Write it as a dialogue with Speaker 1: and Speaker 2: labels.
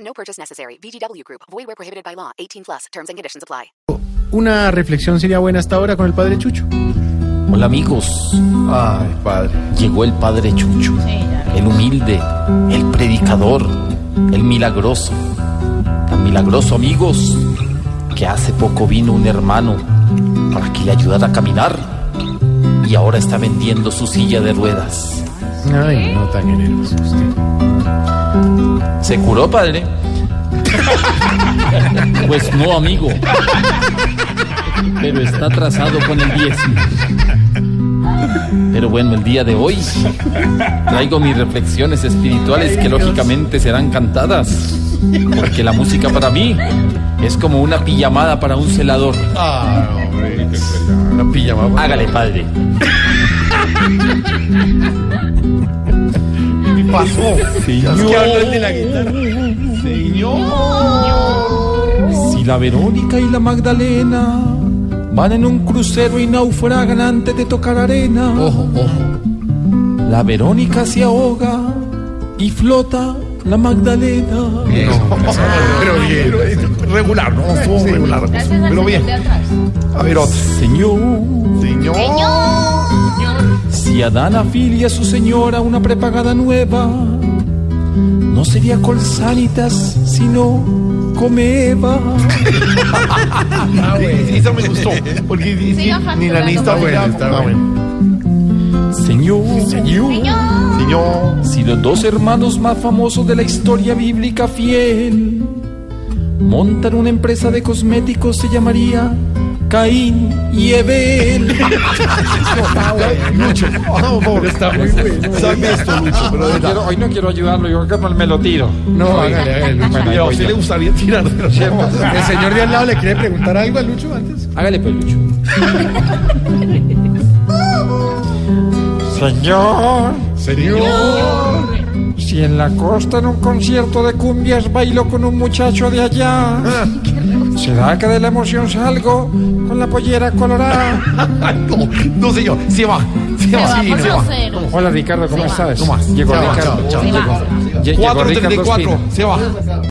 Speaker 1: No purchase necessary. VGW Group. Void where prohibited by law. 18 plus. Terms and conditions apply.
Speaker 2: Una reflexión sería buena hasta ahora con el padre Chucho.
Speaker 3: Hola amigos,
Speaker 2: Ay, padre.
Speaker 3: llegó el Padre Chucho, el humilde, el predicador, el milagroso. Tan milagroso amigos, que hace poco vino un hermano para que le ayudara a caminar y ahora está vendiendo su silla de ruedas.
Speaker 2: Ay, no tan generoso usted.
Speaker 3: ¿Se curó, padre? Pues no, amigo. Pero está atrasado con el diezmo. Pero bueno, el día de hoy traigo mis reflexiones espirituales que lógicamente serán cantadas. Porque la música para mí es como una pijamada para un celador.
Speaker 2: Una pilla más buena.
Speaker 3: Hágale, padre.
Speaker 2: Pasó.
Speaker 3: Yo-
Speaker 2: de la guitarra.
Speaker 3: Si la Verónica y la Magdalena van en un crucero y naufragan antes de tocar arena.
Speaker 2: Ojo, ojo.
Speaker 3: La Verónica se ahoga y flota la Magdalena.
Speaker 2: Pero bien. Regular, no, estuvo regular. Pero bien. A ver, otro.
Speaker 3: Señor,
Speaker 2: Señor.
Speaker 3: si Adán afilia a su señora una prepagada nueva, no sería colsanitas, sino comeva.
Speaker 2: Esa me gustó. Porque ni- ni- ni la ni está buena. Está buena.
Speaker 3: Señor,
Speaker 2: Señor.
Speaker 3: si los dos hermanos más famosos de la historia bíblica fiel montan una empresa de cosméticos, se llamaría Caín y Ebel.
Speaker 2: Lucho. No, pobre, está muy bueno. Sabe esto, Lucho, pero de verdad.
Speaker 3: hoy no quiero ayudarlo, yo creo que me lo tiro.
Speaker 2: No, hágale, hágale, Lucho.
Speaker 3: Bueno, ahí
Speaker 2: Mira, a
Speaker 3: voy
Speaker 2: usted
Speaker 3: yo.
Speaker 2: le gustaría tirar de los El señor de al lado le quiere preguntar algo a Lucho antes.
Speaker 3: Hágale pues, pelucho. Señor,
Speaker 2: Señor.
Speaker 3: si en la costa en un concierto de cumbias bailo con un muchacho de allá,
Speaker 2: Ah.
Speaker 3: ¿será que de la emoción salgo con la pollera colorada?
Speaker 2: Ay, no, no, señor. Se va. Se va. eh. Sí, se va.
Speaker 3: Hola Ricardo, ¿cómo estás?
Speaker 2: Chao, chao, chao.
Speaker 3: Lle- Llegó
Speaker 2: Cuatro, tres de
Speaker 3: Ricardo
Speaker 2: cuatro.
Speaker 3: Espina.
Speaker 2: Se va.